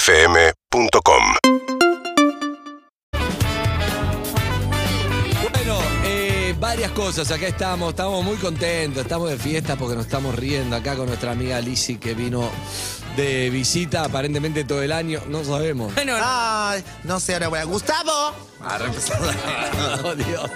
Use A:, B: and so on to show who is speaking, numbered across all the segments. A: UrbanaPlayFM.com
B: Bueno, eh, varias cosas. Acá estamos, estamos muy contentos, estamos de fiesta porque nos estamos riendo acá con nuestra amiga Lizzy que vino de visita aparentemente todo el año. No sabemos.
C: Bueno,
D: Ay, no sé, ahora voy a... ¡Gustavo!
B: No, Oh, Dios.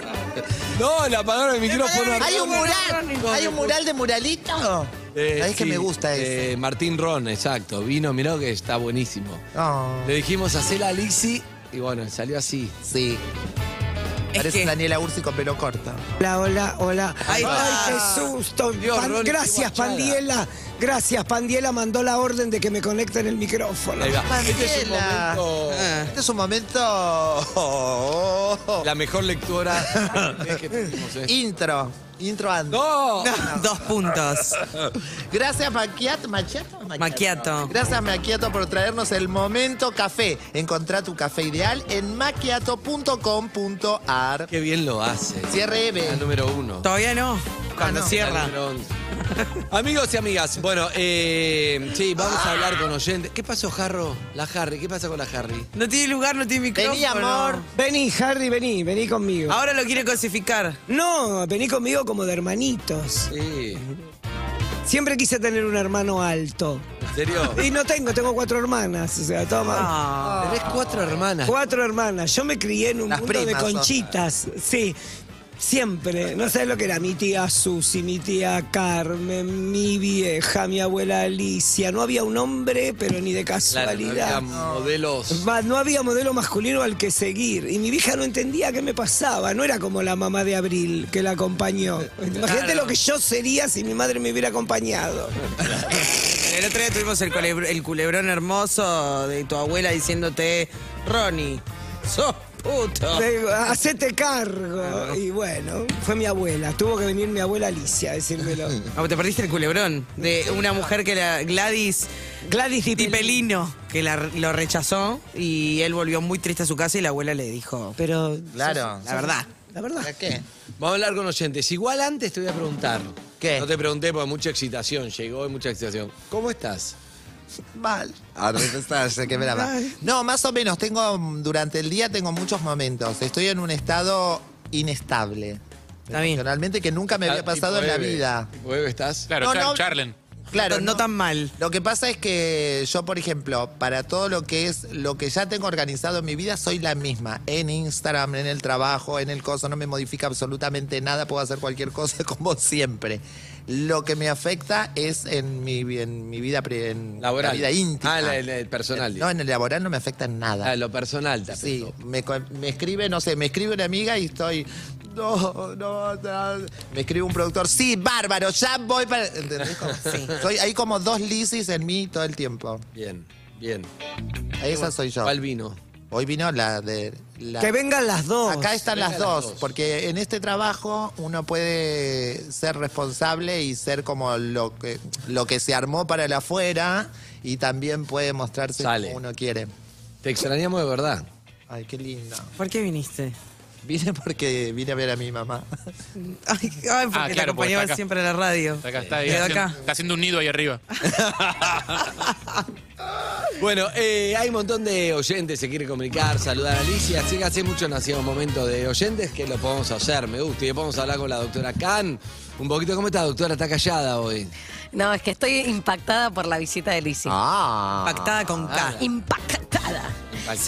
B: No, la palabra del micrófono.
D: Hay un mural, hay un mural de muralito.
B: Eh,
D: es que
B: sí,
D: me gusta ese.
B: eh, Martín Ron, exacto. Vino, miró que está buenísimo.
D: Oh,
B: Le dijimos, hacela a Lizzy y bueno, salió así.
D: sí.
C: es
D: Parece
C: que-
D: Daniela Ursi con pelo corto.
E: Hola, hola, hola.
C: Ahí
E: Ay,
C: está.
E: qué susto.
B: Dios,
E: Pan-
B: Ronnie, qué
E: gracias,
B: guachada.
E: Pandiela. Gracias, Pandiela mandó la orden de que me conecten el micrófono.
B: Ahí va. Este es un
D: Marcela.
B: momento.
D: Este
C: Ah.
D: es un Este momento... oh, oh, oh.
B: La mejor lectora de que tuvimos, ¿eh?
D: Intro. Intro and...
B: ¡No!
C: dos puntos.
D: Gracias, Maquiato. ¿Maquiato?
C: Macchiato.
D: Gracias, Maquiato, por traernos el momento café. Encontrá tu café ideal en maquiato.com.ar.
B: Qué bien lo hace.
D: Cierre
B: La número uno.
C: Todavía no. Cuando
D: no.
C: cierra.
B: La número once. Amigos y amigas, bueno, eh, sí, vamos a hablar con oyentes. ¿Qué pasó, Jarro? La Harry, ¿qué pasa con la Harry?
C: No tiene lugar, no tiene micrófono.
D: Vení, amor.
E: Vení, Harry, vení, vení conmigo.
C: Ahora lo quiere cosificar.
E: No, vení conmigo como de hermanitos.
B: Sí,
E: Siempre quise tener un hermano alto.
B: ¿en serio?
E: Y no tengo, tengo cuatro hermanas. O sea, toma.
C: Ah.
B: Tenés cuatro hermanas.
E: Cuatro hermanas. Yo me crié en un
D: Las
E: mundo de
D: primas son.
E: conchitas. Sí. Siempre, no sabes lo que era mi tía Susi, mi tía Carmen, mi vieja, mi abuela Alicia. No había un hombre, pero ni de
B: Claro, no
E: casualidad.
B: había modelos.
E: Va, No había modelo masculino al que seguir. Y mi vieja no entendía qué me pasaba. No era como la mamá de Abril que la acompañó. Imagínate
C: Claro.
E: lo que yo sería si mi madre me hubiera acompañado.
C: El otro día tuvimos el, culebr- el culebrón hermoso de tu abuela diciéndote, Ronnie, sos puto.
E: Le digo, Hacete cargo. Y bueno, fue mi abuela. Tuvo que venir mi abuela Alicia a decírmelo.
C: Ah, te perdiste el culebrón de una mujer que la Gladys
E: Gladys Di Pelín.
C: Tipelino, que la- lo rechazó y él volvió muy triste a su casa y la abuela le dijo,
E: Pero. Ah,
D: Claro.
C: la verdad.
E: La verdad.
D: ¿Para qué?
B: Vamos a hablar con oyentes. Igual antes te voy a preguntar.
D: ¿Qué?
B: No te pregunté porque mucha excitación. Llegó de mucha excitación. ¿Cómo estás?
D: Mal.
B: Ah,
D: Ahora está, sé que me la va. No, más o menos. Tengo, mm, durante el día tengo muchos momentos. Estoy en un estado inestable.
C: Está bien.
D: Emocionalmente que nunca me había
B: Ah, tipo
D: pasado en la
B: Eve.
D: vida.
B: ¿Tipo Eve estás?
F: Claro,
D: No,
F: char-
D: no.
F: charlen.
D: Claro.
C: no, no tan mal.
D: Lo que pasa es que yo, por ejemplo, para todo lo que es lo que ya tengo organizado en mi vida, soy la misma. En Instagram, en el trabajo, en el coso, no me modifica absolutamente nada, puedo hacer cualquier cosa como siempre. Lo que me afecta es en mi, en mi vida, pri- en
B: Laboral.
D: la vida íntima. Eh,
B: Ah, la- la- el personal.
D: No, en el laboral no me afecta en nada.
B: Ah, lo personal te
D: Sí,
B: afectó.
D: me, co- me escribe, no sé, me escribe una amiga y estoy. No, no, no. Me escribe un productor. Sí, bárbaro, ya voy para. ¿entendés? Como- Soy, hay como dos lisis en mí todo el tiempo.
B: Bien, bien.
D: Esa soy yo.
B: ¿Cuál vino?
D: Hoy vino la de. la-
E: Que vengan las dos.
D: Acá están
B: vengan
D: las
B: las
D: dos,
B: dos.
D: porque en este trabajo uno puede ser responsable y ser como lo que, lo que se armó para el afuera y también puede mostrarse
B: Sale.
D: como uno quiere.
B: Te extrañamos de verdad.
D: Ay, qué lindo.
C: ¿Por qué viniste?
D: Vine porque vine a ver a mi mamá.
C: Ay, ay, porque
F: Ah,
C: te
F: claro, porque está
C: acompañaba
F: acá.
C: siempre a la radio.
F: Está acá, está ahí.
C: Quedó
F: haciendo-
C: acá. Ah.
F: Está haciendo un nido ahí arriba.
B: Bueno, eh, hay un montón de oyentes que quiere comunicar, saludar a Alicia. Así que hace mucho no hacía un momento de oyentes que lo podemos hacer, me gusta. Y podemos hablar con la doctora Khan. Un poquito, ¿cómo está, doctora? Está callada hoy.
G: No, es que estoy impactada por la visita de Lizzie.
D: Ah.
C: Pactada con K.
G: Impactada.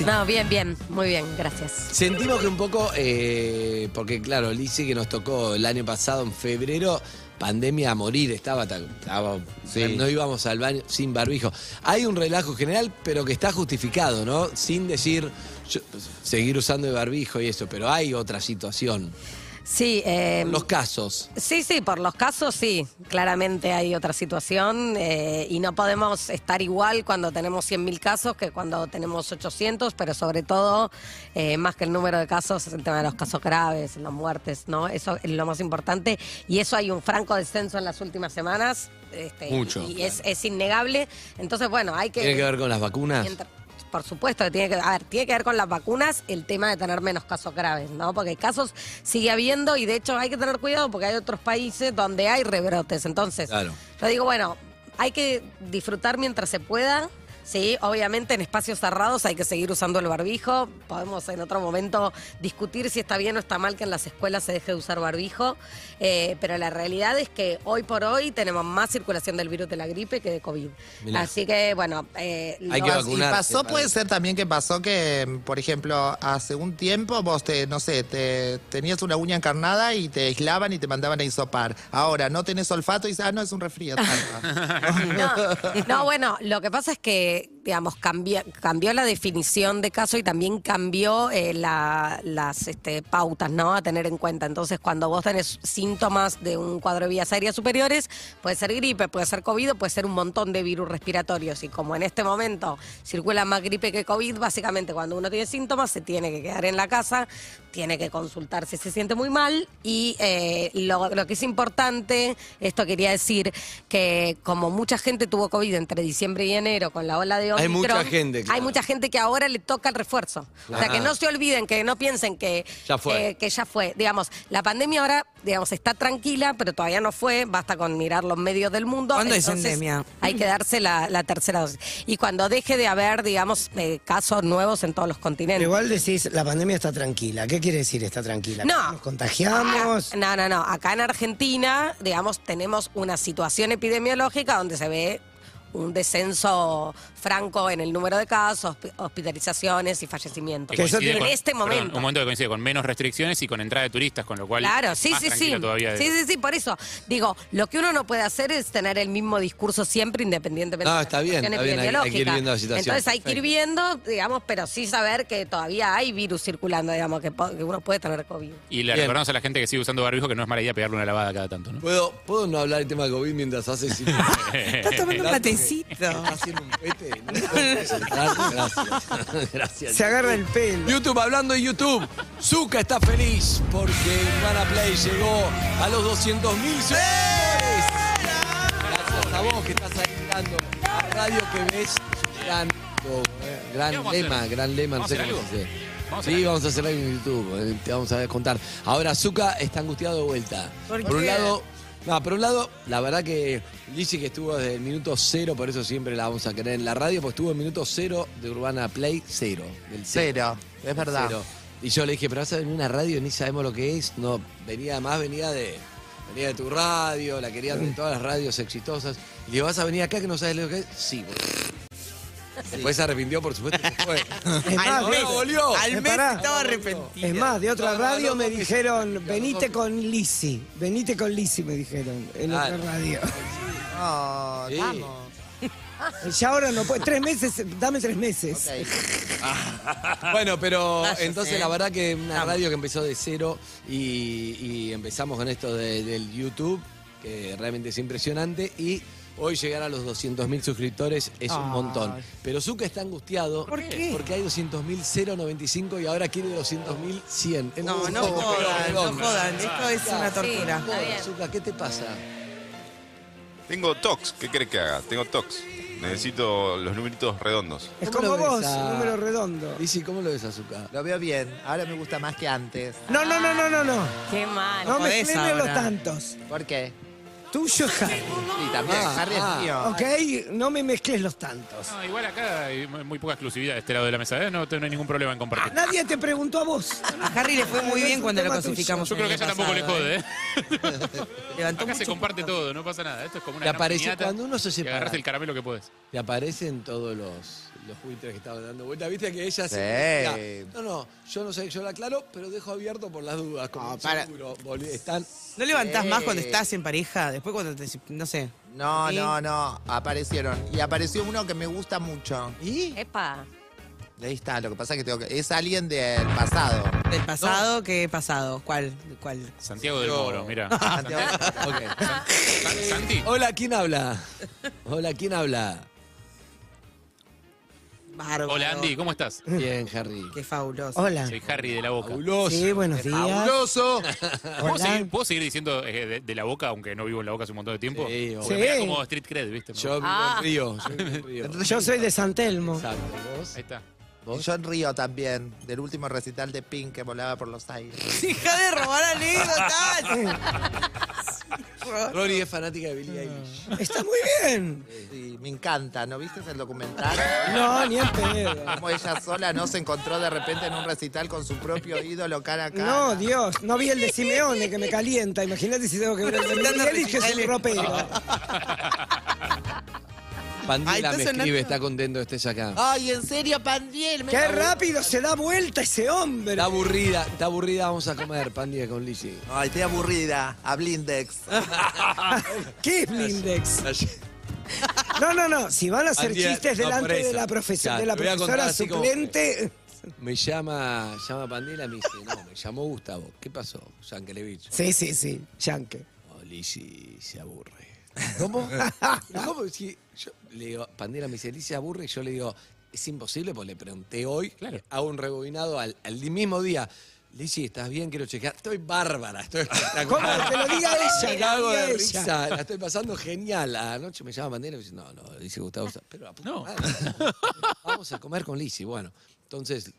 G: No, bien, bien, muy bien, gracias.
B: Sentimos que un poco, eh, porque claro, Lizzie que nos tocó el año pasado, en febrero, pandemia a morir, estaba, ta- estaba- no íbamos al baño sin barbijo. Hay un relajo general, pero que está justificado, ¿no? Sin decir yo- seguir usando el barbijo y eso, pero hay otra situación.
G: Sí, eh,
B: Los casos.
G: sí, sí, por los casos sí, claramente hay otra situación eh, y no podemos estar igual cuando tenemos 100.000 casos que cuando tenemos 800, pero sobre todo, eh, más que el número de casos, es el tema de los casos graves, las muertes, ¿no? Eso es lo más importante y eso hay un franco descenso en las últimas semanas. este,
B: Mucho,
G: Y, y es, es innegable. Entonces, bueno, hay que...
B: ¿Tiene que ver con las vacunas?
G: Mientras- por supuesto que tiene que, a ver, tiene que ver con las vacunas el tema de tener menos casos graves, ¿no? Porque casos sigue habiendo y de hecho hay que tener cuidado porque hay otros países donde hay rebrotes. Entonces,
B: Claro.
G: yo digo, bueno, hay que disfrutar mientras se pueda. Sí, obviamente en espacios cerrados hay que seguir usando el barbijo. Podemos en otro momento discutir si está bien o está mal que en las escuelas se deje de usar barbijo. Eh, pero la realidad es que hoy por hoy tenemos más circulación del virus de la gripe que de COVID.
B: Mirá.
G: Así que, bueno. eh,
B: Hay que
G: no-
B: vacunar.
D: Y
B: vacunarse,
D: pasó, puede
B: parece.
D: ser también que pasó que, por ejemplo, hace un tiempo vos te, no sé, te tenías una uña encarnada y te aislaban y te mandaban a hisopar. Ahora no tenés olfato y dices, ah, no, es un resfrío. tarda.
G: No, no, bueno, lo que pasa es que, digamos, cambió, cambió la definición de caso y también cambió eh, la- las este, pautas, ¿no? A tener en cuenta. Entonces, cuando vos tenés síntomas de un cuadro de vías aéreas superiores, puede ser gripe, puede ser COVID, o puede ser un montón de virus respiratorios. Y como en este momento circula más gripe que COVID, básicamente cuando uno tiene síntomas se tiene que quedar en la casa, tiene que consultar si se siente muy mal y eh, lo, lo que es importante, esto quería decir, que como mucha gente tuvo COVID entre diciembre y enero con la ola de
B: Hay
G: Omicron,
B: mucha gente, claro.
G: hay mucha gente que ahora le toca el refuerzo. O sea,
B: Claro.
G: que no se olviden, que no piensen que eh,
B: Ya fue.
G: que ya fue. Digamos, la pandemia ahora, digamos, está tranquila, pero todavía no fue, basta con mirar los medios del mundo.
C: ¿Cuándo es
G: Entonces,
C: endemia?
G: Hay que darse la, la tercera dosis. Y cuando deje de haber, digamos, eh, casos nuevos en todos los
E: Pero
G: continentes.
E: igual decís, la pandemia está tranquila. ¿Qué quiere decir está tranquila?
G: No. Ah,
E: Nos contagiamos.
G: No, no, no. Acá en Argentina, digamos, tenemos una situación epidemiológica donde se ve un descenso franco en el número de casos, hospi- hospitalizaciones y fallecimientos.
E: Que eso
F: coincide
E: tiene-
G: en
F: con-
G: este
F: perdón,
G: momento.
F: un momento que coincide con menos restricciones y con entrada de turistas, con lo cual.
G: Claro, sí,
F: más
G: sí, sí.
F: tranquilo todavía de-
G: Sí, sí, sí, por eso. Digo, lo que uno no puede hacer es tener el mismo discurso siempre, independientemente
B: No,
G: de la
B: está bien,
G: situación
B: está bien, hay- hay que ir
G: epidemiológica.
B: viendo la situación.
G: Entonces hay que ir
B: Perfecto.
G: viendo, digamos, pero sí saber que todavía hay virus circulando, digamos, que, po- que uno puede tener COVID.
F: Y le
B: Bien.
F: recordamos a la gente que sigue usando barbijo que no es mala idea pegarle una lavada cada tanto, ¿no?
B: ¿Puedo, ¿Puedo no hablar del tema de COVID mientras haces cine?
C: Estás tomando un matecito.
B: ¿Estás haciendo un pete? No te puedo concentrar. Gracias. Gracias.
E: Se agarra el pelo.
B: YouTube, hablando de YouTube, Zuka está feliz porque Urbana Play llegó a los 200 mil seguidores. Gracias a vos que estás ahí dando a Radio que ves. Gran, oh, eh, gran
F: ¿Qué vamos a
B: lema,
F: hacer?
B: gran lema, no
F: ¿Vamos
B: sé
F: a hacer
B: cómo se
F: algo?
B: dice.
F: ¿Vamos a hacer
B: Sí,
F: algo?
B: vamos a hacer algo en YouTube, eh, te vamos a contar. Ahora, Zuka está angustiado de vuelta.
C: ¿Por
B: un
C: qué?
B: lado, no, por un lado, la verdad que dice que estuvo desde el minuto cero, por eso siempre la vamos a querer en la radio, pues estuvo en minuto cero de Urbana Play, cero. Del
D: Cero, es verdad.
B: Cero. Y yo le dije, pero vas a venir a una radio, ni sabemos lo que es. No, venía más, venía de, venía de tu radio, la querían de todas las radios exitosas. Y le digo, ¿vas a venir acá que no sabes lo que es? Sí, boludo. Después se arrepintió, por supuesto, que fue.
E: Es más,
B: Ahora volvió.
C: Al mes
E: Pará.
C: estaba
E: Es
C: arrepentido.
E: más, de otra
B: No, no,
E: radio
B: no,
E: me
B: no, no,
E: dijeron,
B: no, no,
E: venite
B: no.
E: con Lisi, venite con Lisi, me dijeron, en
B: Claro.
E: otra radio.
D: No,
B: Sí.
D: vamos.
E: Ya ahora no puede, tres meses, dame tres meses.
D: Ok.
B: Bueno, pero
C: Rayos,
B: entonces
C: ¿eh?
B: la verdad que una radio que empezó de cero y, y empezamos con esto de- del YouTube, que realmente es impresionante, y hoy llegar a los 200.000 suscriptores es un montón. Pero Zuka está angustiado
E: ¿Por qué?
B: porque hay 200.095 y ahora quiere 200.100. Es
C: No,
B: un
C: no
B: poco,
C: jodan,
B: pero
C: no
B: perdón.
C: jodan. Esto es una tortura.
G: Está bien.
B: Zuka, ¿qué te pasa?
H: Tengo tox, ¿qué crees que haga? Tengo tox. Necesito los numeritos redondos.
E: Es
B: ¿Cómo
E: como
B: lo
E: vos,
B: ves a-
E: número redondo.
B: Dice, ¿cómo lo ves a Zuka?
D: Lo veo bien, ahora me gusta más que antes.
E: No, no, no, no, no, no.
G: Qué mal.
E: No me
C: podés ahora.
E: los tantos.
D: ¿Por qué?
E: Tuyo es Harry.
D: Y también,
B: Ah,
D: Harry es
B: ah,
D: mío.
E: Ok, no me mezcles los tantos.
F: No, igual acá hay muy muy poca exclusividad de este lado de la mesa. ¿eh? No, no hay ningún problema en compartir.
E: Nadie te preguntó a vos.
C: A Ah, Harry le fue muy
E: No, es
C: bien
E: un
C: cuando lo
E: tema tuyo.
C: cosificamos.
F: Yo creo que a ella tampoco le jode, ¿eh?
C: Levantó
F: Acá se
C: mucho
F: comparte todo, no pasa nada. Esto es como una
B: Te
F: gran
B: aparece
F: piñata
B: cuando uno se
F: y
B: separa.
F: agarrás el caramelo que puedes.
B: Te aparecen todos los, los buitres que estaban dando vuelta. Viste que ella se.
D: Sí.
B: decía, No, no, yo no sé, yo la aclaro, pero dejo abierto por las dudas. Como
D: No,
B: un
D: para.
B: seguro, boli- Están.
C: ¿No levantás
D: Sí.
C: más cuando estás en pareja? Después cuando te... No sé.
D: No,
C: ¿Sí?
D: no, no, aparecieron. Y apareció uno que me gusta mucho.
B: ¿Y?
G: Epa.
D: Ahí está, lo que pasa es que tengo que... Es alguien del pasado.
C: ¿Del pasado? ¿Qué pasado? ¿Cuál? ¿Cuál?
F: Santiago del
B: Yo-
F: Moro, mira.
D: Santiago.
B: Ok.
F: Santi,
B: Hola, ¿quién habla? Hola, ¿quién habla?
C: Bárbaro.
F: hola Andy, ¿cómo estás?
B: Bien, Harry.
C: Qué fabuloso.
E: Hola.
F: Soy Harry de la Boca.
B: Fabuloso.
E: Sí, buenos días.
B: Fabuloso.
F: ¿Puedo
E: Hola.
F: seguir, puedo seguir diciendo eh, de, de la boca, aunque no vivo en la boca hace un montón de tiempo?
B: Sí,
F: Porque
E: obvio.
F: me da
E: Sí.
F: como street cred, ¿viste? Me
B: Yo vivo
G: Ah.
B: en Río. Yo vivo en Río.
E: Yo soy de San Telmo.
B: Exacto, vos.
F: Ahí está.
D: Y Yo en Río también, del último recital de Pink que volaba por los aires.
C: Deja de robar anécdotas. horror.
B: Rory es fanática de
D: Ah.
B: Billie Eilish.
E: Está muy bien.
D: Sí, me encanta, ¿no viste el documental?
E: No, ni en pedo.
D: Como ella sola no se encontró de repente en un recital con su propio ídolo cara a cara.
E: No, Dios, no vi el de Simeone que me calienta. Imagínate si tengo que ver el de Billie Eilish, que es un ropero.
C: Ah, Ay,
B: Pandela me
C: Ah, entonces no- Ah,
B: escribe, está contento que estés acá.
D: Ay, en serio, Pandiel. me-
E: Qué rápido se da vuelta ese hombre.
B: Está aburrida, está aburrida, vamos a comer pandilla con Lizzie.
D: Ay, estoy aburrida. A Blindex.
C: ah.
E: ¿Qué es Blindex? No, no, no. Si van a hacer
B: Andía,
E: chistes
B: no,
E: delante
B: por
E: de
B: eso.
E: la, profesora
B: Ya,
E: de la
B: te voy a contar
E: profesora
B: así como-
E: suplente.
B: Me llama, llama Pandela y me dice, no, me llamó Gustavo. ¿Qué pasó, Yankelevich?
E: Sí, sí, sí. Yanke.
B: No, Lizzie se aburre. ¿Cómo? ¿Cómo? Si yo le digo, Pandela me dice, Lizzie se aburre, y yo le digo, es imposible, porque le pregunté hoy,
F: Claro.
B: hago un rebobinado al, al mismo día. Lizzie, ¿estás bien? Quiero chequear. Estoy bárbara, estoy espectacular.
E: ¿Cómo? Que lo diga ella, que
B: Me
E: lo
B: cago de
E: diga ella.
B: risa, la estoy pasando genial. Anoche me llama Pandela y me dice, no, no, dice Gustavo,
E: Ah.
B: pero la puta
F: No.
B: madre, vamos a comer con Lizzie. Bueno, entonces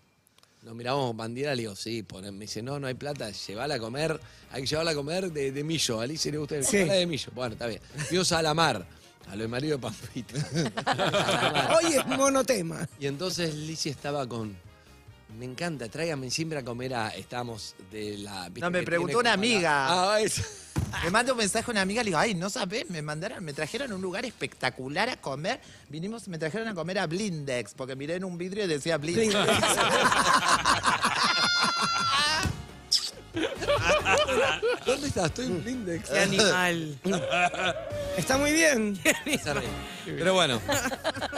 B: nos miramos con bandera, le digo, sí, ponen. me dice, no, no hay plata, llevala a comer, hay que llevarla a comer de, de millo, a Alicia le gusta el
E: Sí.
B: llevala de millo. Bueno, está bien. Dios a la mar, a lo de marido de Pampita.
E: Hoy es monotema.
B: y entonces Lizzie estaba con, me encanta, tráigame siempre a comer a, estábamos de la... viste
D: No, me
B: que
D: preguntó
B: tiene
D: una
B: como la-
D: amiga.
B: Ah, es-
D: Me manda un mensaje a una amiga, le digo, ay, no sabés, me mandaron, me trajeron a un lugar espectacular a comer. Vinimos, me trajeron a comer a Blindex, porque miré en un vidrio y decía Blindex.
B: ¿Dónde estás? Estoy en Blindex.
C: Qué animal.
E: Está muy bien.
B: Se ríe. Pero bueno,
C: Me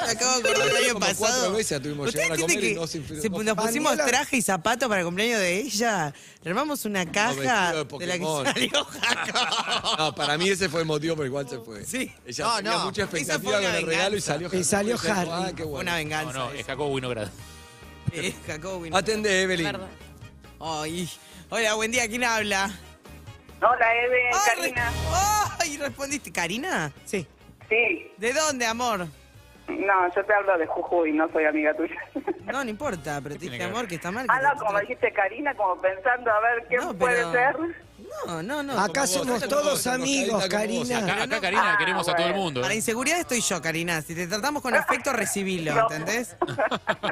C: acabo de acordar el año
B: como cuatro
C: pasado.
B: veces la tuvimos
C: ¿Ustedes
B: llevar a
C: entienden
B: comer y
C: que
B: no se infiltró?
C: se- nos pusimos
E: Daniela-
C: traje y zapato para el cumpleaños de ella? Le armamos una caja
B: vestido de
C: de, la que
B: Pokémon.
C: salió Jaco.
B: no, para mí ese fue el motivo por el cual se fue.
C: Sí.
B: Ella
D: No,
B: tenía
D: no.
B: mucha
D: Esa
C: fue
B: expectativa con
C: una
B: el regalo y
C: venganza.
B: salió
E: Y salió
B: Dijo,
E: Harry.
B: Ah, qué
C: Fue
B: bueno.
C: Una
F: No,
C: venganza.
F: no, es Jacobo Winograd.
C: Eh, Jacobo Win-
B: Atendé, Evelyn.
I: Verdad.
C: Ay. Hola, buen día. ¿Quién habla?
J: Hola, Eve,
C: Ay, re-
J: Karina.
C: Ay, respondiste. ¿Karina?
E: Sí.
J: Sí.
C: ¿De dónde, amor?
J: No, yo te hablo de Jujuy, no soy amiga tuya.
C: No, no importa, pero te
F: tiene
C: dije,
F: que ver?
C: amor, que está mal. que
J: ah,
C: te-
J: no, como dijiste Karina, como pensando a ver qué
C: No,
J: puede
C: pero-
J: ser.
C: No, no, no.
E: Acá
C: como vos.
E: somos
B: como vos,
E: todos
B: como
E: amigos,
B: Karina, como vos,
E: Karina.
F: Acá, acá, Karina,
J: Ah,
F: queremos a todo el mundo.
C: Para
F: ¿eh?
C: inseguridad estoy yo, Karina. Si te tratamos con afecto, recibilo,
J: No.
C: ¿entendés?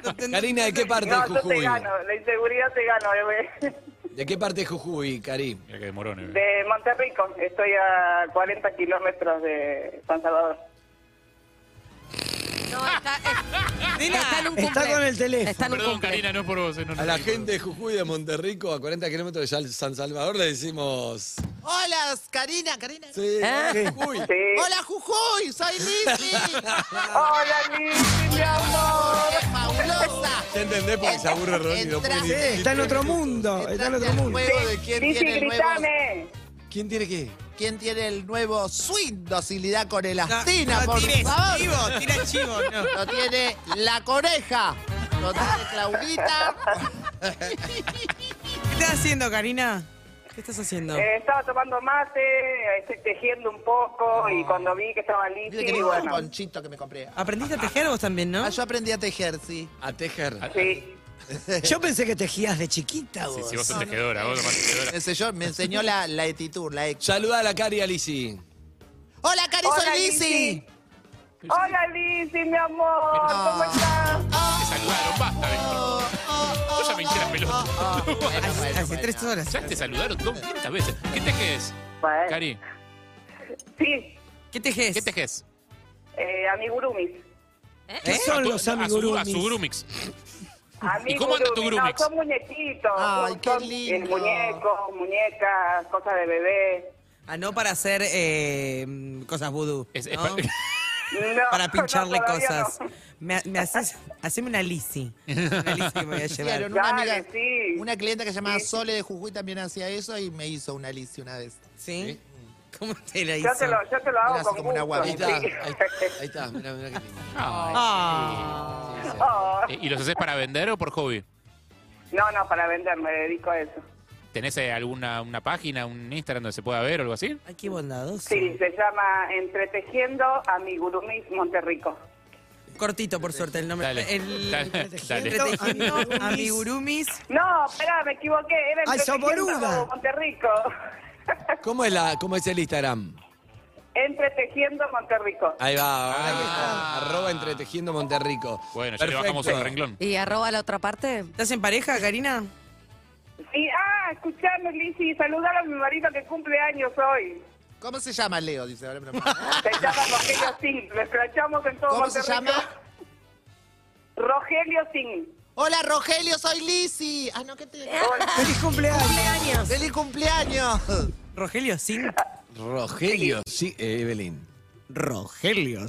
C: No te- no-
B: Karina, ¿de qué parte de
J: No, yo te
B: Jujuy?
J: gano, la inseguridad te gano, Eve.
B: ¿De qué parte de Jujuy, Karim?
F: Mira que demorón. eh.
J: De Monterrico, estoy a 40 kilómetros de San Salvador.
I: No, está, es-
C: Nena,
I: está en un
E: está
I: cumple.
E: con el teléfono.
I: Está en un
F: Perdón,
I: cumple.
F: Karina, no es por vos. eh, no, no,
B: A la
F: no.
B: gente de Jujuy de Monterrico, a 40 kilómetros de Sal- San Salvador, le decimos.
D: Hola, Karina, Karina.
B: Sí, Jujuy.
J: Sí.
D: Hola, Jujuy, soy Lizzy.
J: Hola, Liz, mi amor.
D: ¡Qué fabulosa!
B: ¿Ya entendés por qué se aburre Ronnie? No puede ni-
E: Sí, está en otro mundo. Está en otro mundo.
D: Juego de quién
J: Liz,
D: tiene el nuevo,
J: gritame.
B: ¿Quién tiene qué?
D: quién tiene el nuevo swing docilidad con
C: no,
D: elastina,
C: no
D: por
C: tires
D: favor.
C: chivo, tira chivo. No.
D: Lo tiene la coneja. Lo tiene Claudita.
C: ¿Qué estás haciendo, Karina? ¿Qué estás haciendo?
J: Eh, estaba tomando mate, eh, estoy tejiendo un poco y cuando vi que estaba
D: Mire que
J: Lizzy,
D: lindo
J: bueno,
D: conchito que me compré.
C: ¿Aprendiste a tejer vos también, no?
D: Ah, yo aprendí a tejer, sí.
B: A tejer.
J: sí.
E: Yo pensé que tejías de chiquita
F: Si
E: vos.
F: vos sos tejedora, vos sos
D: Me
F: tejedora.
D: enseñó, me enseñó la, la actitud, la ex.
B: Saluda a la Cari y a Lizzy.
D: ¡Hola, Cari,
J: Hola,
D: soy Lizzy!
J: Lizzy. Hola Lizzy, mi amor, ¿cómo estás?
F: Te saludaron, basta, Víctor.
D: Oh,
F: ah.
D: oh, oh,
F: Yo ya me hinché la pelota.
D: oh, oh. Bueno,
C: Hace,
D: bueno,
C: hace
D: bueno.
C: tres horas.
F: Ya te saludaron 200 veces. ¿Qué tejes,
J: Bueno,
F: Cari?
J: Sí,
C: ¿Qué tejes?
F: ¿Qué tejes?
J: eh, amigurumis.
E: ¿Qué
F: ¿Eh? A
E: son
F: tu-
E: los
F: a su-
E: amigurumis?
F: A su grumix.
J: Amigurumis.
F: cómo anda tu
J: No,
F: grumix?
J: son muñequitos.
D: Ay,
J: son-
D: qué
J: son, eh,
D: lindo.
J: muñecos, muñecas, cosas de bebé.
C: Ah, no para hacer eh, mm, cosas vudú.
F: Es- es
C: ¿no?
F: pa-
J: No,
C: Para pincharle
J: no, todavía
C: cosas.
J: no.
C: Me, me haces, haceme una lisi. Una lisi que me voy a llevar.
D: Hicieron una
J: Dale,
D: amiga,
J: sí.
D: una clienta que se llamaba
J: Sí.
D: Sole de Jujuy también hacía eso y me hizo una Lizzy una vez.
C: ¿Sí? ¿Cómo te la hizo?
J: Yo te lo, yo te lo hago
D: Era así
J: con
D: como una
J: gusto.
B: Ahí
D: guavita.
B: está,
J: sí.
B: ahí, ahí está, mirá, mirá qué lindo.
C: Ah.
J: Oh,
F: Eh, ¿Y los haces para vender o por hobby?
J: No, no, para vender, me dedico a eso.
F: ¿Tenés eh, alguna una página, un Instagram donde se pueda ver o algo así?
C: Ay, qué bondadoso.
J: Sí, se llama Entretejiendo Amigurumis Monterrico.
C: Cortito, por suerte, el nombre.
F: Dale,
C: El,
F: dale, dale.
C: Entretejiendo amigurumis.
J: No, espera, me equivoqué. Era
E: Ay, sos
J: Entretejiendo
E: boluda.
J: Monterrico.
B: ¿Cómo es, la, ¿Cómo es el Instagram?
I: Entretejiendo Monterrico.
B: Ahí va, ahora que está.
J: Ah.
B: Arroba entretejiendo Monterrico.
F: Bueno, ya le bajamos
B: Perfecto.
F: un renglón.
G: ¿Y arroba la otra parte?
C: ¿Estás en pareja, Karina?
I: Sí, ah, escuchame, Lizzy, saludar a mi marido que cumple años hoy.
D: ¿Cómo se llama Leo? Dice, ahora me lo-
I: Se llama Rogelio Sin, lo escrachamos en todo
D: ¿Cómo se
I: Monterrico.
D: llama?
I: Rogelio Sin.
D: Hola Rogelio, soy Lizzy. Ah, no, ¿qué te
E: ¡Feliz cumpleaños!
D: ¡Feliz cumpleaños!
C: Rogelio Sin.
B: Rogelio, sí, eh, Evelyn.
C: Rogelio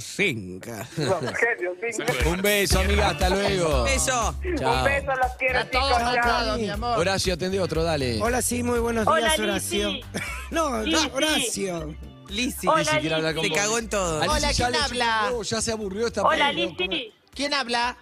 C: Sin.
I: Rogelio Sin.
B: Un beso, amiga, hasta luego.
C: Eso.
I: Un
B: Chao.
I: beso, los quiero,
D: A todos,
I: chicos.
D: a
I: chao.
D: todos, mi amor.
B: Horacio, atendé otro, dale.
E: Hola, sí, muy buenos
I: Hola,
E: días,
I: Lizzy.
E: Horacio. No,
I: Lizzy.
E: no, Horacio.
C: Lizzy.
I: Hola,
B: Lizzy quiere hablar con
C: Te
B: vos.
C: cagó en todo.
B: Alicia
D: Hola,
B: ya
D: ¿quién
B: le
D: habla?
B: llegó, Ya se aburrió esta
I: Hola,
B: peli, loco.
I: Lizzy.
D: ¿Quién habla?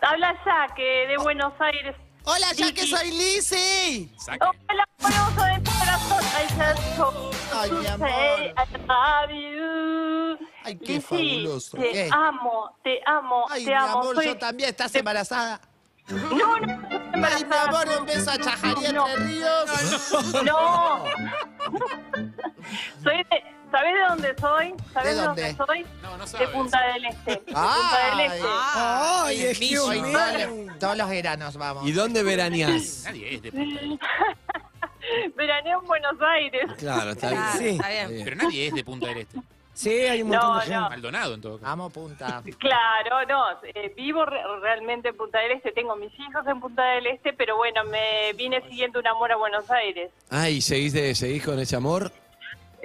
I: Habla ya, que de Buenos Aires.
D: Hola, ya que
I: Lizzy.
D: soy Lizzy.
F: Saque.
I: Hola, hermoso de tu corazón. I just hope
D: Ay,
I: to
D: mi amor.
I: say I love you.
D: Ay, qué
I: Lizzy,
D: fabuloso. Eh.
I: Te
D: ¿Qué?
I: amo, te amo,
D: Ay, mi
I: te amo.
D: amor,
I: Soy-
D: yo también. ¿Estás embarazada?
I: No, no, estoy
D: Ay, mi
I: embarazada.
D: amor, un beso a Chajarí
I: No.
D: Entre Ríos.
I: No. soy de, ¿Sabés de dónde soy? ¿Sabés
D: ¿De
I: de dónde,
D: dónde?
I: soy?
F: No, no
I: De
F: sabes.
I: Punta del Este. De Punta del
D: Ay.
I: Este.
E: Ay,
C: Ay,
E: excuse
C: millo.
D: Ay,
E: me.
D: todos los- Todos los veranos, vamos.
B: ¿Y dónde veraneás?
F: Nadie es de Punta del Este.
I: Veraneo en Buenos Aires.
B: Claro, está bien.
G: Claro,
E: Sí.
G: está bien.
F: Pero nadie es de Punta del Este.
E: Sí, hay un montón
I: No,
E: de gente.
I: no.
F: Maldonado, en todo caso.
D: Amo punta.
I: Claro, no, eh, vivo re- realmente en Punta del Este, tengo mis hijos en Punta del Este, pero bueno, me vine siguiendo un amor a Buenos Aires.
B: Ay, ¿seguís, de- ¿seguís con ese amor?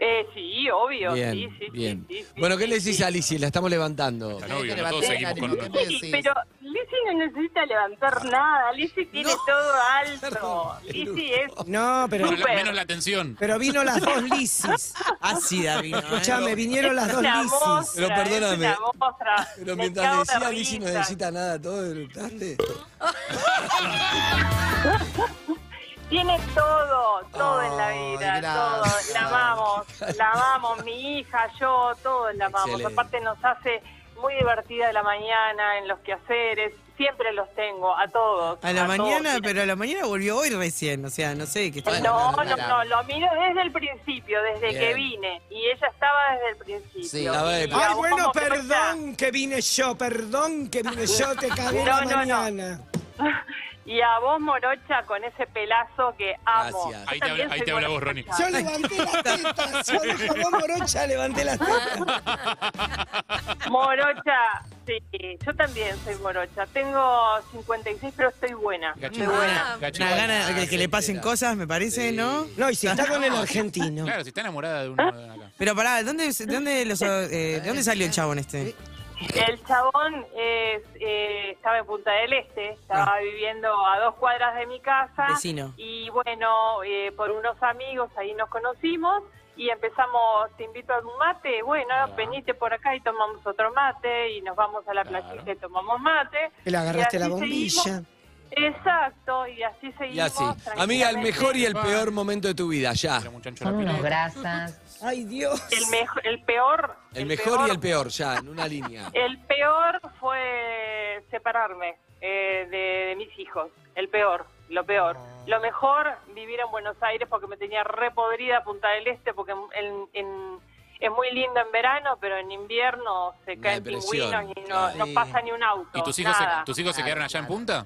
I: Eh, sí, obvio,
B: Bien,
I: sí, sí, sí,
B: bien.
I: sí, sí,
B: bueno, ¿qué
I: sí,
B: le decís
I: sí.
B: a Lizzy? La estamos levantando.
F: Está novio,
D: Tenés que
F: no todos
D: levantar
F: seguimos
D: el ánimo,
F: con...
D: ¿qué te
I: Sí,
D: decís?
I: pero Lizzy no necesita levantar nada, Lizzy tiene todo alto, Lizzy es...
E: No, pero,
F: Bueno, la-
I: Súper.
F: menos la atención.
E: pero vino las dos lisis.
C: Ácida vino. ¿eh?
E: Escuchame, vinieron las
I: es
E: dos
I: una
E: lisis.
I: mostra,
B: Pero perdóname.
I: es una mostra.
B: Pero
I: Me
B: mientras
I: cago
B: le
I: de
B: decía Lizzy no
I: risa.
B: necesita nada, todo eructaste.
I: Tiene todo, todo en la
D: Ay,
I: vida,
D: gracias.
I: todo. La amamos, la amamos, mi hija, yo, todos la amamos.
B: Excelente.
I: Aparte nos hace muy divertida la mañana en los quehaceres. Siempre los tengo, a todos.
C: A la
I: todos.
C: mañana, pero a la mañana volvió hoy recién. O sea, no sé qué está.
I: No, no,
D: Bueno, para.
I: no, lo miro desde el principio, desde
B: Bien.
I: que vine. Y ella estaba desde el principio.
D: Sí.
B: Estaba de-
I: Y
E: Ay,
I: aún
E: bueno,
I: como que está.
E: perdón que vine yo, perdón que vine yo, te cagué
I: No,
E: la
I: no, no.
E: mañana.
I: Y a vos, Morocha, con ese pelazo que amo.
B: Gracias.
I: Yo
F: Ahí te
I: también
F: habla- ahí
I: soy
F: te habla vos,
I: morocha.
E: Yo levanté las tetas, yo de jabón morocha levanté las tetas.
I: Morocha, sí, yo también soy morocha. Tengo 56, pero estoy buena.
F: Gachi-
I: Soy buena.
F: Gachi- Ah,
C: Una gana de que le pasen cosas, me parece, ¿no?
E: No, y si está con el argentino.
F: Claro, si está enamorada de uno de acá.
C: Pero pará, ¿de dónde, de dónde, los, eh, ¿de dónde salió el chabón este?
I: El chabón es, eh, estaba en Punta del Este, estaba
E: Ah.
I: viviendo a dos cuadras de mi casa.
C: Vecino.
I: Y bueno, eh, por unos amigos ahí nos conocimos y empezamos, te invito a un mate, bueno,
E: Ah.
I: venite por acá y tomamos otro mate y nos vamos a la
F: Claro.
I: playita y tomamos mate.
E: Le agarraste
I: Y así
E: la bombilla.
I: seguimos. Exacto, y así seguimos.
B: Y así. Amiga, el
I: tranquilamente.
B: mejor y el peor momento de tu vida, ya.
F: Era muchacho de la pileta.
E: Ay, Dios.
I: El, mejo- el peor. Eh,
B: El mejor y el peor, ya, en una línea.
I: El peor fue separarme eh, de, de mis hijos. El peor, lo peor. Lo mejor, vivir en Buenos Aires porque me tenía repodrida Punta del Este porque en- en- en- es muy lindo en verano, pero en invierno se
B: Una
I: caen
B: depresión.
I: pingüinos y no, no
B: Sí.
I: pasa ni un auto.
F: ¿Y tus hijos, se,
I: nada.
F: tus hijos se quedaron allá en punta?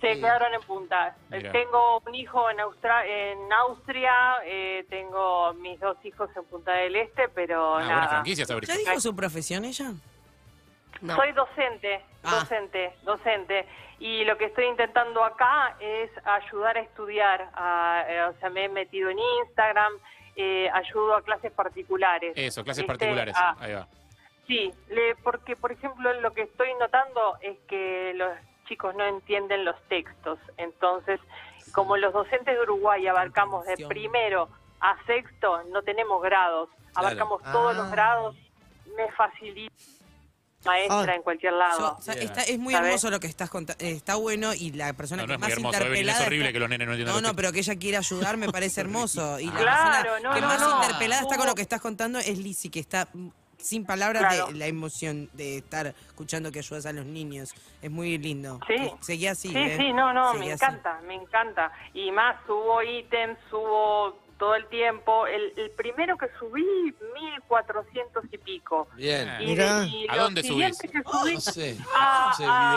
I: Se quedaron en punta.
F: Mirá.
I: Tengo un hijo en, Austra- en Austria, eh, tengo mis dos hijos en Punta del Este, pero
F: Ah, buena
I: nada.
F: franquicia, Sabrina.
C: ¿Ya dijo su profesión ella?
G: No.
I: Soy docente,
C: Ah.
I: docente, docente. Y lo que estoy intentando acá es ayudar a estudiar. a- eh, o sea, me he metido en Instagram, eh, ayudo a clases particulares.
F: Eso, clases
I: ¿Viste?
F: particulares.
I: Ah,
F: Ahí va.
I: sí, le- porque, por ejemplo, lo que estoy notando es que los chicos no entienden los textos. Entonces, como los docentes de Uruguay abarcamos de
C: Comprensión.
I: primero a sexto, no tenemos grados.
B: Claro.
I: Abarcamos todos los
D: Ah.
I: grados. Me facilita maestra
C: Ah.
I: en cualquier lado.
C: Yo- o sea, está- es muy
I: ¿Sabés?
C: hermoso lo que estás contando. Está bueno y la persona
F: No,
C: que
F: no es
C: más
F: muy hermoso, Evelyn.
C: interpelada.
F: Es horrible
C: está-
F: que los nenes no entiendan
C: No,
F: los
C: no, pero que ella quiere ayudar me parece hermoso. Y la
I: Claro,
C: persona
I: no,
C: que
I: no,
C: más
I: no.
C: interpelada está con
I: Hubo-
C: lo que estás contando es Lizzie, que está mm, sin palabras
I: Claro.
C: de la emoción de estar escuchando que ayudas a los niños. Es muy lindo.
I: Sí.
C: Seguí así.
I: Sí,
C: ¿eh?
I: sí, no, no,
C: Seguí
I: me
C: así.
I: encanta, me encanta. Y más, subo ítems, subo todo el tiempo. El, el primero que subí, 1400 y pico.
B: Bien.
I: Y,
E: Mirá.
I: y
F: ¿A
I: los
F: dónde
I: siguientes
F: subís?
I: que subí
B: No sé.
I: a,
B: No sé,
I: a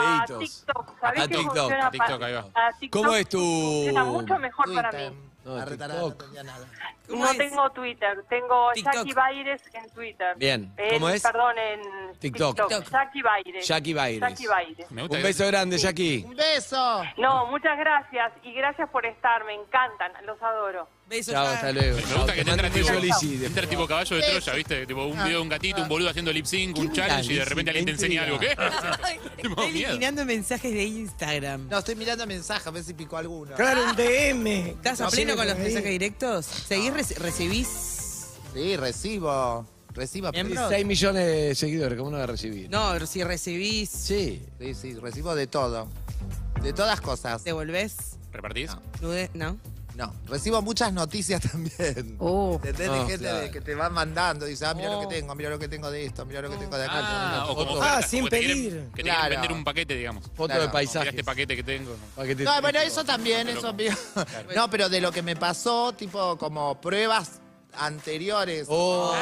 I: Ah,
B: videitos.
I: TikTok. ¿Sabés
B: A
I: que
B: TikTok,
I: funciona
F: a TikTok,
I: para-
F: ahí va.
I: a TikTok
B: ¿Cómo es tu-
I: Funciona mucho mejor para
D: Twitter.
I: mí.
B: No,
D: La retarada no
B: TikTok.
D: tenía nada.
C: ¿Cómo
I: No
C: es?
I: tengo Twitter, tengo
C: TikTok.
I: Jackie Baires en Twitter.
B: Bien,
I: En-
B: ¿cómo es?
I: Perdón, en
B: TikTok.
I: TikTok.
B: TikTok.
I: Jackie Baires.
B: Jackie Baires.
I: Jackie Baires.
F: Me gusta
B: Un
F: que-
B: beso grande, Jackie.
D: ¡Un beso!
I: No, muchas gracias y gracias por estar, me encantan, los adoro.
C: Besos,
B: Chao,
C: Javi.
B: hasta luego.
F: Me
B: Chao,
F: gusta que
B: te
F: te
B: mando
F: entra
B: un beso, Lizzy,
F: tipo,
B: de-
F: entra tipo caballo de Troya, ¿viste? Tipo un video de un gatito, un boludo haciendo lip sync, un
B: ¿Qué
F: challenge y de
B: mirás,
F: repente alguien
B: Lizzy?
F: te enseña algo. ¿Qué? Tipo,
C: Estoy
F: miedo.
C: eliminando mensajes de Instagram.
D: No, estoy mirando mensajes, a ver si picó alguno.
E: Claro, un DM.
C: ¿Estás a
E: No,
C: pleno
E: sí,
C: con los
E: ahí.
C: mensajes directos? ¿Seguís, reci- recibís?
D: Sí, recibo. Recibo.
C: Bien,
D: pero-
C: bro.
B: 6 millones de seguidores, ¿cómo no va a recibir?
C: No, si recibís,
B: Sí.
D: Sí, sí, recibo de todo. De todas cosas.
C: devolvés.
F: ¿Repartís?
C: Nude- ¿No? Oh.
D: No, recibo muchas noticias también.
G: Uh.
D: ¿Entendés?
B: No,
D: de gente
B: claro.
D: de- que te van mandando. Dice, ah, mira lo que tengo, mira lo que tengo de esto, mira lo que
C: Oh.
D: tengo de acá.
F: Ah, o como
E: Ah,
F: ofertas,
E: sin
F: como que te quieren-
E: pedir.
F: Que te
D: Claro.
F: quieren vender un paquete, digamos.
B: Foto
D: Claro.
B: de
F: Mira
B: paisajes.
F: este paquete que tengo.
B: Paquete-
D: No, bueno, eso también, eso mío. No, pero de lo que me pasó, tipo, como pruebas anteriores.
B: Oh.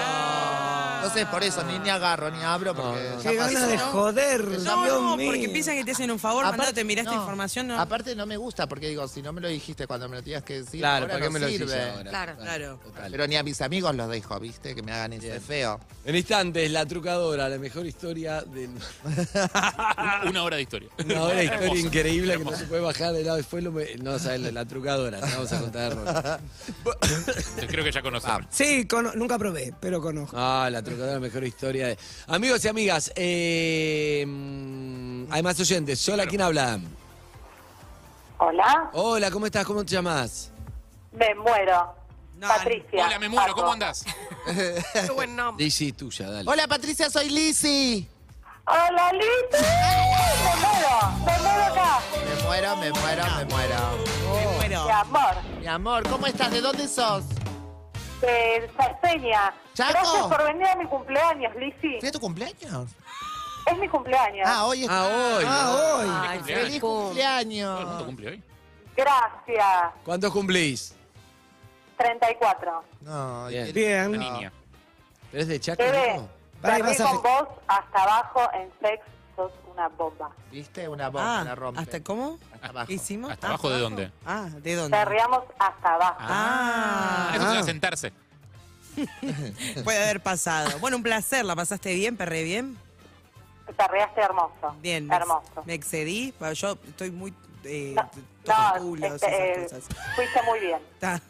D: Entonces, por eso, ni, ni agarro, ni abro, porque
B: No, no,
D: ya
E: Qué
D: pasó.
E: ganas de joder,
C: No,
E: Dios
C: no,
E: mío.
C: porque piensan que te hacen un favor
D: Aparte-
C: mandándote, mirá esta
D: no.
C: información, no.
D: Aparte no me gusta porque digo, si no me lo dijiste cuando me lo tenías que decir,
B: Claro,
D: ahora
B: ¿para qué
D: no
B: me lo
D: sirve.
B: decís ahora?
G: Claro.
C: Claro.
B: Total.
D: Pero ni a mis amigos los dejo, ¿viste? Que me hagan ese feo.
B: En instantes, La Trucadora, la mejor historia del...
F: Una, una hora de historia.
B: Una hora de historia
F: Hermoso,
B: increíble que no
F: hermoso.
B: se puede bajar del lado del suelo. me- No, sabes, La Trucadora, te vamos a contar.
F: Creo que ya conocemos.
E: Sí, cono- nunca probé, pero conozco.
B: Ah, La Trucadora, la mejor historia de... Amigos y amigas, eh, mm, hay más oyentes. Hola, ¿quién habla?
I: Hola,
B: Hola, ¿cómo estás? ¿Cómo te llamas?
I: me muero.
C: No,
I: Patricia.
F: Hola, me muero,
I: Paco.
F: ¿cómo andás?
G: Qué buen nombre.
B: Lizzy, tuya, dale.
D: Hola Patricia, soy Lizzy.
I: Hola, Lito. Me muero, me muero acá.
D: Me muero, me muero, me muero.
C: Me muero.
I: Mi amor,
D: Mi amor, ¿cómo estás? ¿De dónde sos?
I: de Sarseña.
D: Chaco.
I: Gracias por venir a mi cumpleaños, Lizzy.
D: ¿Fue tu cumpleaños?
I: Es mi cumpleaños.
D: Ah, hoy es.
B: Ah, hoy.
D: Ah,
G: Ay,
D: hoy. Feliz
G: Facu.
F: Todo el mundo
D: cumpleaños.
F: cumple hoy.
I: Gracias.
B: ¿Cuántos cumplís?
I: 34.
D: No,
B: Bien.
D: qué-
E: Bien.
F: Una niña.
B: ¿Pero es de Chaco?
I: Bebé,
B: no?
E: Pará,
I: te
E: vas
I: vi
E: a
I: con vos hasta abajo en sex, sos una bomba.
D: ¿Viste? Una bomba, la
C: Ah,
D: rompe.
C: ¿hasta cómo?
D: Hasta abajo.
C: ¿Qué hicimos?
F: ¿Hasta abajo de dónde?
C: Ah, ¿de dónde?
I: Perreamos hasta abajo.
C: Ah,
F: Ah, eso suena a sentarse.
C: puede haber pasado. Bueno, un placer, ¿la pasaste bien, perré bien?
I: Perreaste hermoso.
C: Bien. me-
I: Hermoso.
C: Me excedí, bueno, yo estoy muy... Eh,
I: No,
C: toco
I: no,
C: culos,
I: este, eh,
C: esas cosas.
I: fuiste muy bien.
C: Tan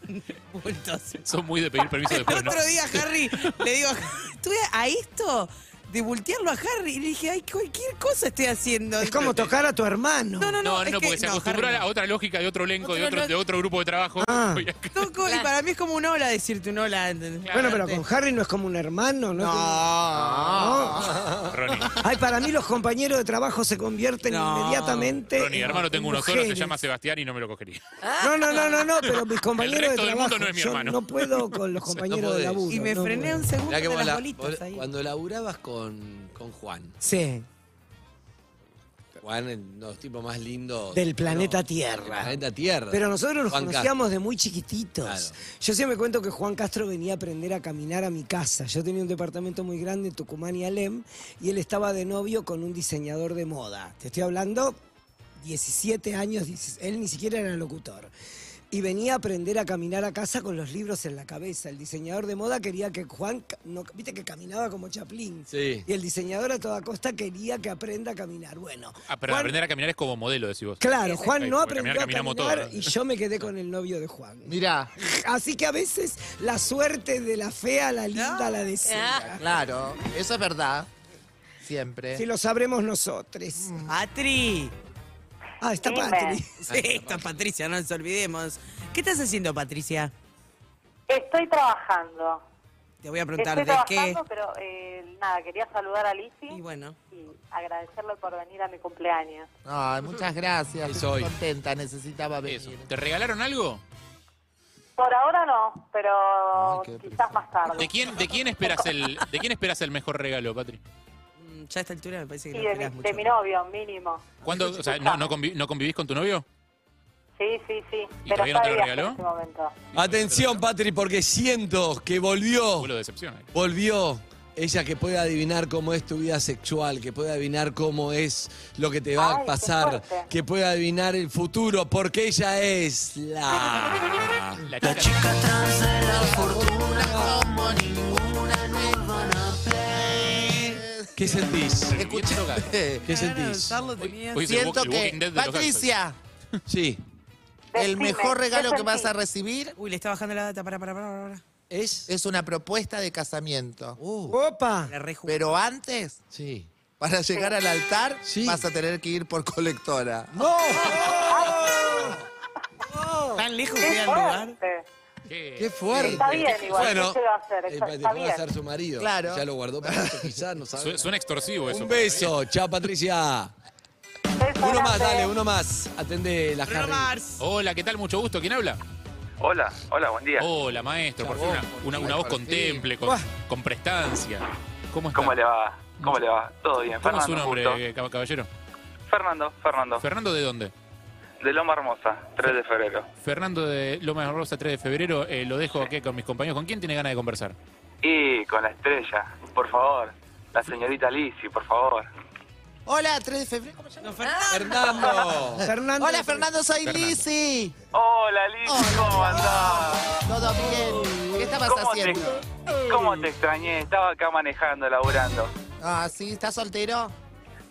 C: bultos.
F: Son muy de pedir permiso
C: El
F: después, ¿no?
C: otro día, Harry, le digo, estuve a esto de voltearlo a Harry y le dije, ay, cualquier cosa estoy haciendo.
E: Es como tocar a tu hermano.
C: No, no,
F: No,
C: no.
F: no,
C: es
F: no,
C: que-
F: porque se
C: no,
F: acostumbró
C: Harry,
F: a
C: no.
F: otra lógica de otro elenco, de
C: Otra
F: otro, de
C: lo-
F: otro grupo de trabajo.
E: Ah.
F: Voy acá.
C: Toco y para mí es como un hola decirte un hola. ¿entendés?
E: bueno, pero
C: Antes.
E: con Harry no es como un hermano, ¿no?
D: No.
F: Ronnie,
E: Ay, para mí los compañeros de trabajo se convierten
C: No.
E: inmediatamente.
F: Ronnie,
E: en-
F: hermano,
E: en
F: tengo uno solo, se
E: mujeres.
F: llama Sebastián y no me lo cogería.
E: No, no, no, no, no, pero mis compañeros de
F: resto del
E: trabajo.
F: mundo no es mi
E: yo
F: hermano.
E: no puedo con los compañeros de
B: podés.
E: laburo.
C: Y me
E: no
C: frené
E: puedo.
C: un segundo
B: Mirá que
C: de
B: vos
C: las
B: la- vos-
C: bolitas ahí.
B: cuando laburabas con, con Juan.
E: Sí,
B: Juan, el- los tipos más lindos.
E: del planeta
B: Del
E: Tierra.
B: planeta Tierra.
E: Pero nosotros nos
B: Juan
E: conocíamos de muy chiquitos.
B: Claro.
E: Yo siempre cuento que Juan Castro venía a aprender a caminar a mi casa. Yo tenía un departamento muy grande en Tucumán y Alem y él estaba de novio con un diseñador de moda. Te estoy hablando 17 años, 16, él ni siquiera era locutor. Y venía a aprender a caminar a casa con los libros en la cabeza. El diseñador de moda quería que Juan, ca- no, viste que caminaba como Chaplin.
B: Sí.
E: Y el diseñador a toda costa quería que aprenda a caminar. Bueno,
F: Ah, pero
E: Juan-
F: aprender a caminar es como modelo, decís vos.
E: Claro, Juan no
F: porque
E: aprendió
F: caminar,
E: a caminar
F: caminamos todos, ¿no?
E: y yo me quedé con el novio de Juan.
D: Mirá,
E: Así que a veces la suerte de la fea, la linda, la
D: Ah.
E: desea.
D: claro, eso es verdad. Siempre.
E: Si lo sabremos nosotros.
C: Patri.
E: Ah, está
I: Dime.
E: Patri.
C: Sí, está Patricia, no nos olvidemos. ¿Qué estás haciendo, Patricia?
I: Estoy trabajando.
C: Te voy a preguntar
I: Estoy
C: de qué.
I: trabajando, pero eh, nada, quería saludar a Lizzy
C: Y bueno.
I: y agradecerle por venir a mi cumpleaños.
D: Ay, muchas gracias.
B: Sí,
D: Estoy
B: soy.
D: contenta, necesitaba venir.
F: Eso. ¿Te regalaron algo?
I: Por ahora no, pero
D: Ay, qué
I: quizás más tarde.
F: ¿De quién, de quién esperas el, de quién esperas el mejor regalo, Patri?
C: Mm, Ya a esta altura me parece que
I: Sí,
C: no
I: de mi,
C: esperás
I: de
C: mucho.
I: mi novio, mínimo.
F: ¿Cuándo, o sea, no, no convi- no convivís con tu novio?
I: Sí, sí, sí.
F: ¿Y
I: Pero
F: todavía no
I: está
F: te
I: de
F: lo
I: viaje
F: regaló?
I: En este momento.
B: Atención, Patri, porque siento que volvió.
F: Vuelo de decepción. eh. ahí.
B: Volvió. Ella que puede adivinar cómo es tu vida sexual, que puede adivinar cómo es lo que te va
I: Ay,
B: a
I: qué
B: pasar,
I: fuerte.
B: que puede adivinar el futuro, porque ella es la...
F: La chica.
B: ¿Qué sentís?
D: Escuché.
B: ¿Qué sentís?
F: Hoy es el
D: Siento
F: Walk- el Walking
D: que,
F: Dead de los
D: Patricia,
B: Sí.
D: el
I: Decime,
D: mejor
I: ¿qué
D: regalo que vas a
I: sentís?
D: recibir
C: Uy, le está bajando la data. Para, para, para, para.
B: ¿Es?
D: es una propuesta de casamiento.
E: ¡Opa!
C: La reju.
D: Pero antes,
B: Sí.
D: para llegar al altar,
B: Sí.
D: vas a tener que ir por colectora.
B: ¡No!
C: Tan lejos
I: Qué
C: que al lugar.
I: fuerte.
B: ¡Qué fuerte!
I: Está bien igual,
B: Bueno,
I: ¿qué se va a hacer?
B: eh,
I: Está-
B: te
I: está
B: puede
I: bien.
B: hacer su marido.
D: Claro.
B: Ya lo guardó para esto, quizás, no
F: Su-
B: sabes.
F: Suena extorsivo eso.
B: Un
F: pero
B: beso. Chao, Patricia.
I: Beso
B: Uno más,
I: grande.
B: dale, uno más. Atende la
C: Bruno
B: Harry.
F: está
C: Mars.
F: bien. Hola, ¿qué tal? Mucho gusto. ¿Quién habla?
K: Hola, hola, buen día.
F: Hola, maestro. Por fin una, una, una voz con temple, con, con prestancia. ¿Cómo está?
K: ¿Cómo le va? ¿Cómo le va? ¿Todo bien?
F: ¿Cómo es su
K: Fernando, justo.
F: nombre, eh, cab- caballero?
K: Fernando, Fernando.
F: ¿Fernando de dónde?
K: De Loma Hermosa, 3 de febrero.
F: Fernando de Loma Rosa, 3 de febrero. Eh, lo dejo aquí con mis compañeros. ¿Con quién tiene ganas de conversar?
K: Y con la estrella, por favor. La señorita Lizzy, por favor.
D: Hola, 3 de febrero. ¿cómo se llama?
B: Fernando.
E: Fernando.
D: Hola, Fernando, soy
F: Fernando.
D: Lizzy.
K: Hola Lizzy, ¿cómo andás?
D: Todo bien. ¿Qué estabas
K: ¿Cómo te,
D: haciendo?
K: ¿Cómo te extrañé? Estaba acá manejando, laburando.
D: Ah, sí, ¿estás soltero?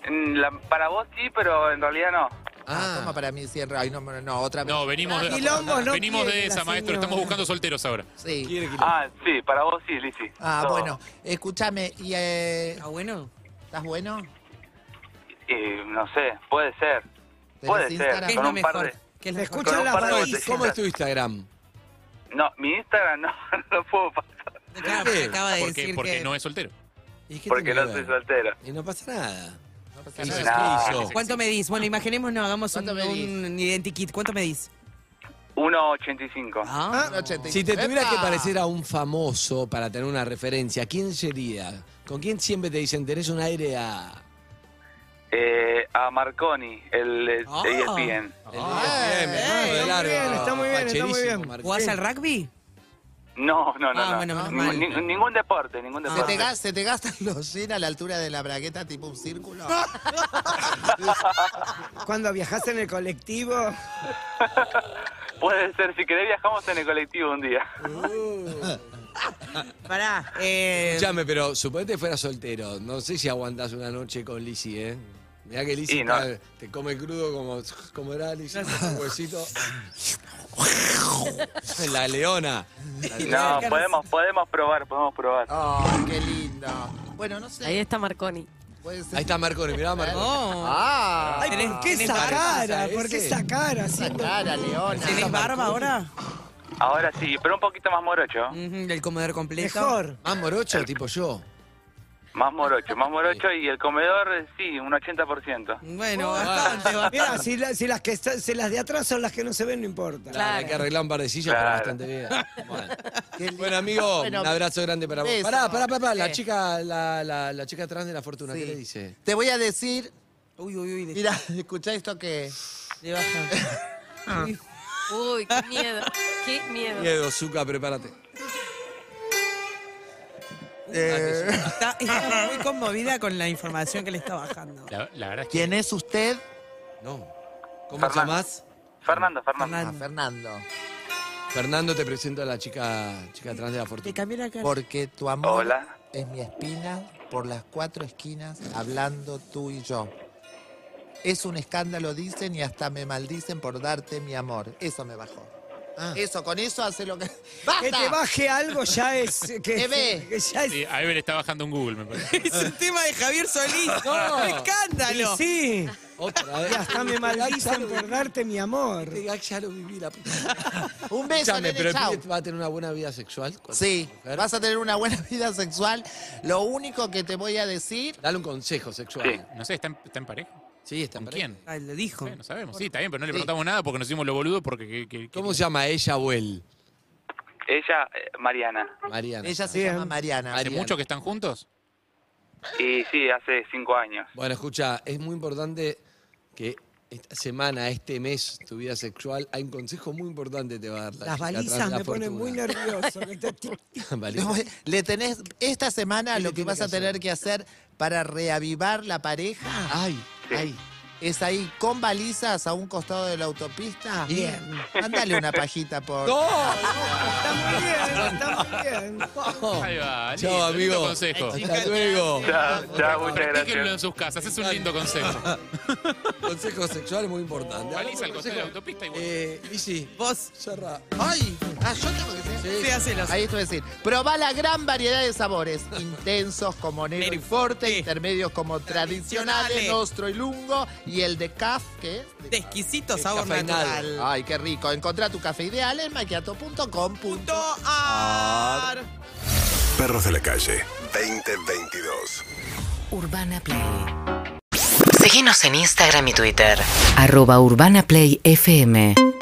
K: Mm, la- para vos sí, pero en realidad no.
D: Ah, toma para mí cierra. Ay, no, no, no, otra vez.
F: No, venimos de,
E: Quilombos no
F: venimos
E: quiere
F: de
E: la
F: esa, maestro.
E: señora.
F: Estamos buscando solteros ahora.
D: Sí.
B: Quiere que lo-
K: Ah, sí, para vos sí, Lizzy.
D: Ah,
K: Todo.
D: bueno, escúchame, ¿y eh,
C: Ah, bueno.
D: estás bueno?
K: Eh, no sé, puede ser.
D: ¿Tenés
K: Puede
D: Instagram?
K: ser.
C: ¿Qué es
K: Con
C: lo
K: un par de...
C: mejor? ¿Qué es lo
E: Te
C: mejor?
E: escuchan
K: Con un
E: la
K: par de
E: raíz.
K: botellitas.
B: ¿Cómo es tu Instagram?
K: No, mi Instagram no, no puedo pasar
C: Claro, porque acaba de
F: Ah, Porque,
C: decir
F: porque
C: que...
F: no es soltero.
B: ¿Y qué
K: porque
B: tiene
K: no
B: que
K: soy
B: ver?
K: soltero.
B: Y no pasa nada. ¿Qué hizo?
D: nada.
B: ¿Qué
F: No.
B: hizo?
C: ¿Cuánto me dis? Bueno, imaginemos, no hagamos un,
D: ¿Cuánto me dis?
C: un identikit. ¿Cuánto me dis?
K: 1.85.
C: Ah,
D: Un 85.
B: Si te tuviera
D: ¡Epa!
B: que parecer a un famoso para tener una referencia, ¿quién sería? ¿Con quién siempre te dicen tenés un aire a...
K: Eh, a Marconi, el eh,
C: Ah.
K: de ESPN.
B: El
D: eh,
E: está muy bien, está muy bien, está muy bien.
C: ¿Jugás al rugby?
K: No, no, no.
C: Ah,
K: no.
C: bueno, menos
K: Ni-
C: mal.
K: ni- ningún deporte, ningún
D: Ah. ¿Se
K: deporte.
D: te, ga- se te gastan los jeans a la altura de la bragueta tipo un círculo?
E: Cuando viajaste en el colectivo.
K: Puede ser, si querés viajamos en el colectivo un día.
C: Pará. Eh,
B: Escuchame, pero suponete fuera soltero. No sé si aguantás una noche con Lizzy, ¿eh? Mirá que Lizzy
K: Y no.
B: está- te come crudo como, como era Lizzy, un huesito. La leona. La leona.
K: No, podemos, podemos probar, podemos probar.
D: ¡Oh, qué lindo! Bueno, no
G: Ahí
D: sé,
G: está Marconi.
D: puede ser...
B: Ahí está Marconi, mirá a Marconi.
C: no.
D: ¡Ah!
E: Ay, ¿por qué
C: tenés
E: esa cara?
B: ese.
E: ¿Por qué esa cara? Sí,
D: esa cara, Leona!
C: ¿Tenés barba ahora?
K: Ahora sí, pero un poquito más morocho.
C: Ujú, El comedor completo.
E: mejor.
B: Más morocho, tipo yo.
K: Más morocho, más morocho y el comedor, eh, sí, un 80%.
C: Bueno, bastante,
E: Mira,
C: bastante.
E: si, la- si las que está- si las de atrás son las que no se ven, no importa.
G: Claro.
B: Hay que arreglar un par de sillas,
K: Claro.
B: pero bastante bien. Bueno.
D: Qué lindo.
B: Bueno, amigo,
D: Bueno,
B: un abrazo grande para vos.
D: beso.
B: Pará, pará, pará, pará, la
D: Sí.
B: chica, la, la, la chica trans de la fortuna,
D: Sí.
B: ¿qué le dice?
D: Te voy a decir...
C: Uy, uy, uy. De,
D: Mira, escuchá esto que...
C: de baja.
G: Uy, qué miedo. Qué miedo.
B: Miedo, Zuka, prepárate.
D: eh,
C: Está, está muy conmovida con la información que le está bajando.
F: La, la verdad es que
D: ¿Quién es usted?
B: No. ¿Cómo te
K: Fernando.
B: llamás?
K: Fernando, Fernando.
D: Ah,
C: Fernando,
D: Fernando.
B: Fernando, te presento a la chica, chica trans de la
C: Te
B: fortuna.
C: cambié la cara.
D: Porque tu amor
K: Hola.
D: es mi espina por las cuatro esquinas hablando tú y yo. Es un escándalo, dicen, y hasta me maldicen por darte mi amor. Eso me bajó.
B: Ah.
D: Eso, con eso hace lo que.
E: Que te
D: ¡Basta!
E: baje algo ya es. Que,
D: Eve.
E: que ya es.
F: sí, a Ever está bajando un Google, me parece.
C: Es un tema de Javier Solís.
B: No.
C: ¡Escándalo!
E: Y sí.
B: Otra vez.
E: Y hasta me maldicen por darte mi amor.
B: Este gag ya lo viví la puta.
D: Un beso,
B: Escuchame,
D: nene,
B: pero el
D: chau.
B: pibe va a tener una buena vida sexual. con
D: Sí,
B: esa mujer.
D: vas a tener una buena vida sexual. Lo único que te voy a decir.
B: Dale un consejo sexual.
F: No sé, ¿está en, está en pareja?
B: Sí, está en
F: ¿Con
B: pareja.
F: quién?
D: Ah,
C: Ay, lo dijo.
F: Sí, no sabemos. Sí, está bien, pero no le preguntamos nada porque nos hicimos los boludos porque... que- que-
B: ¿Cómo
F: que-
B: se llama ella o él?
K: Ella, eh, Mariana.
B: Mariana.
D: Ella se
E: Bien.
D: llama Mariana.
B: Mari-
F: ¿Hace mucho que están juntos?
K: Y sí, hace cinco años.
B: Bueno, escucha, es muy importante que esta semana, este mes, tu vida sexual, hay un consejo muy importante que te va a dar la
E: Las
B: la
E: balizas
B: la
E: me ponen muy
B: fortuna.
E: nervioso. que está tic, tic.
B: Balizas.
D: Le tenés esta semana
E: ¿Qué le
D: lo que
E: tiene
D: vas
E: que
D: a tener
E: hacer?
D: que hacer para reavivar la pareja.
B: Ay, ay.
D: Es ahí con balizas a un costado de la autopista.
B: Bien.
D: Ándale una pajita por.
B: ¡No!
E: Está muy bien, está muy bien.
F: Ahí va.
B: Chao,
F: lindo,
B: amigo.
F: Lindo consejo.
B: Hasta luego.
K: Chao, chao, muchas
F: Practíquenlo en
K: gracias.
F: sus casas. Es un lindo consejo.
B: Consejo sexual es muy importante.
F: Baliza al costado de la
B: Hablando de consejo,
F: autopista y vuelve.
B: Eh, Lizy,
C: Vos,
B: cerra.
D: ¡Ay! Ah, yo tengo que decir.
C: sí, hacelos.
D: Ahí estoy a decir. Probá la gran variedad de sabores. Intensos como negro y fuerte,
C: Sí.
D: intermedios como tradicionales,
C: Tradicionales.
D: nostro y lungo, y el de caf, que es.
C: De exquisito sabor
B: Descafeinado.
C: natural.
D: Ay, qué rico. Encontrá tu café ideal en maquiato.com.
C: Punto ar.
A: Perros de la calle 2022.
L: Urbana Play. Seguinos en Instagram y Twitter. Arroba Urbana Play FM.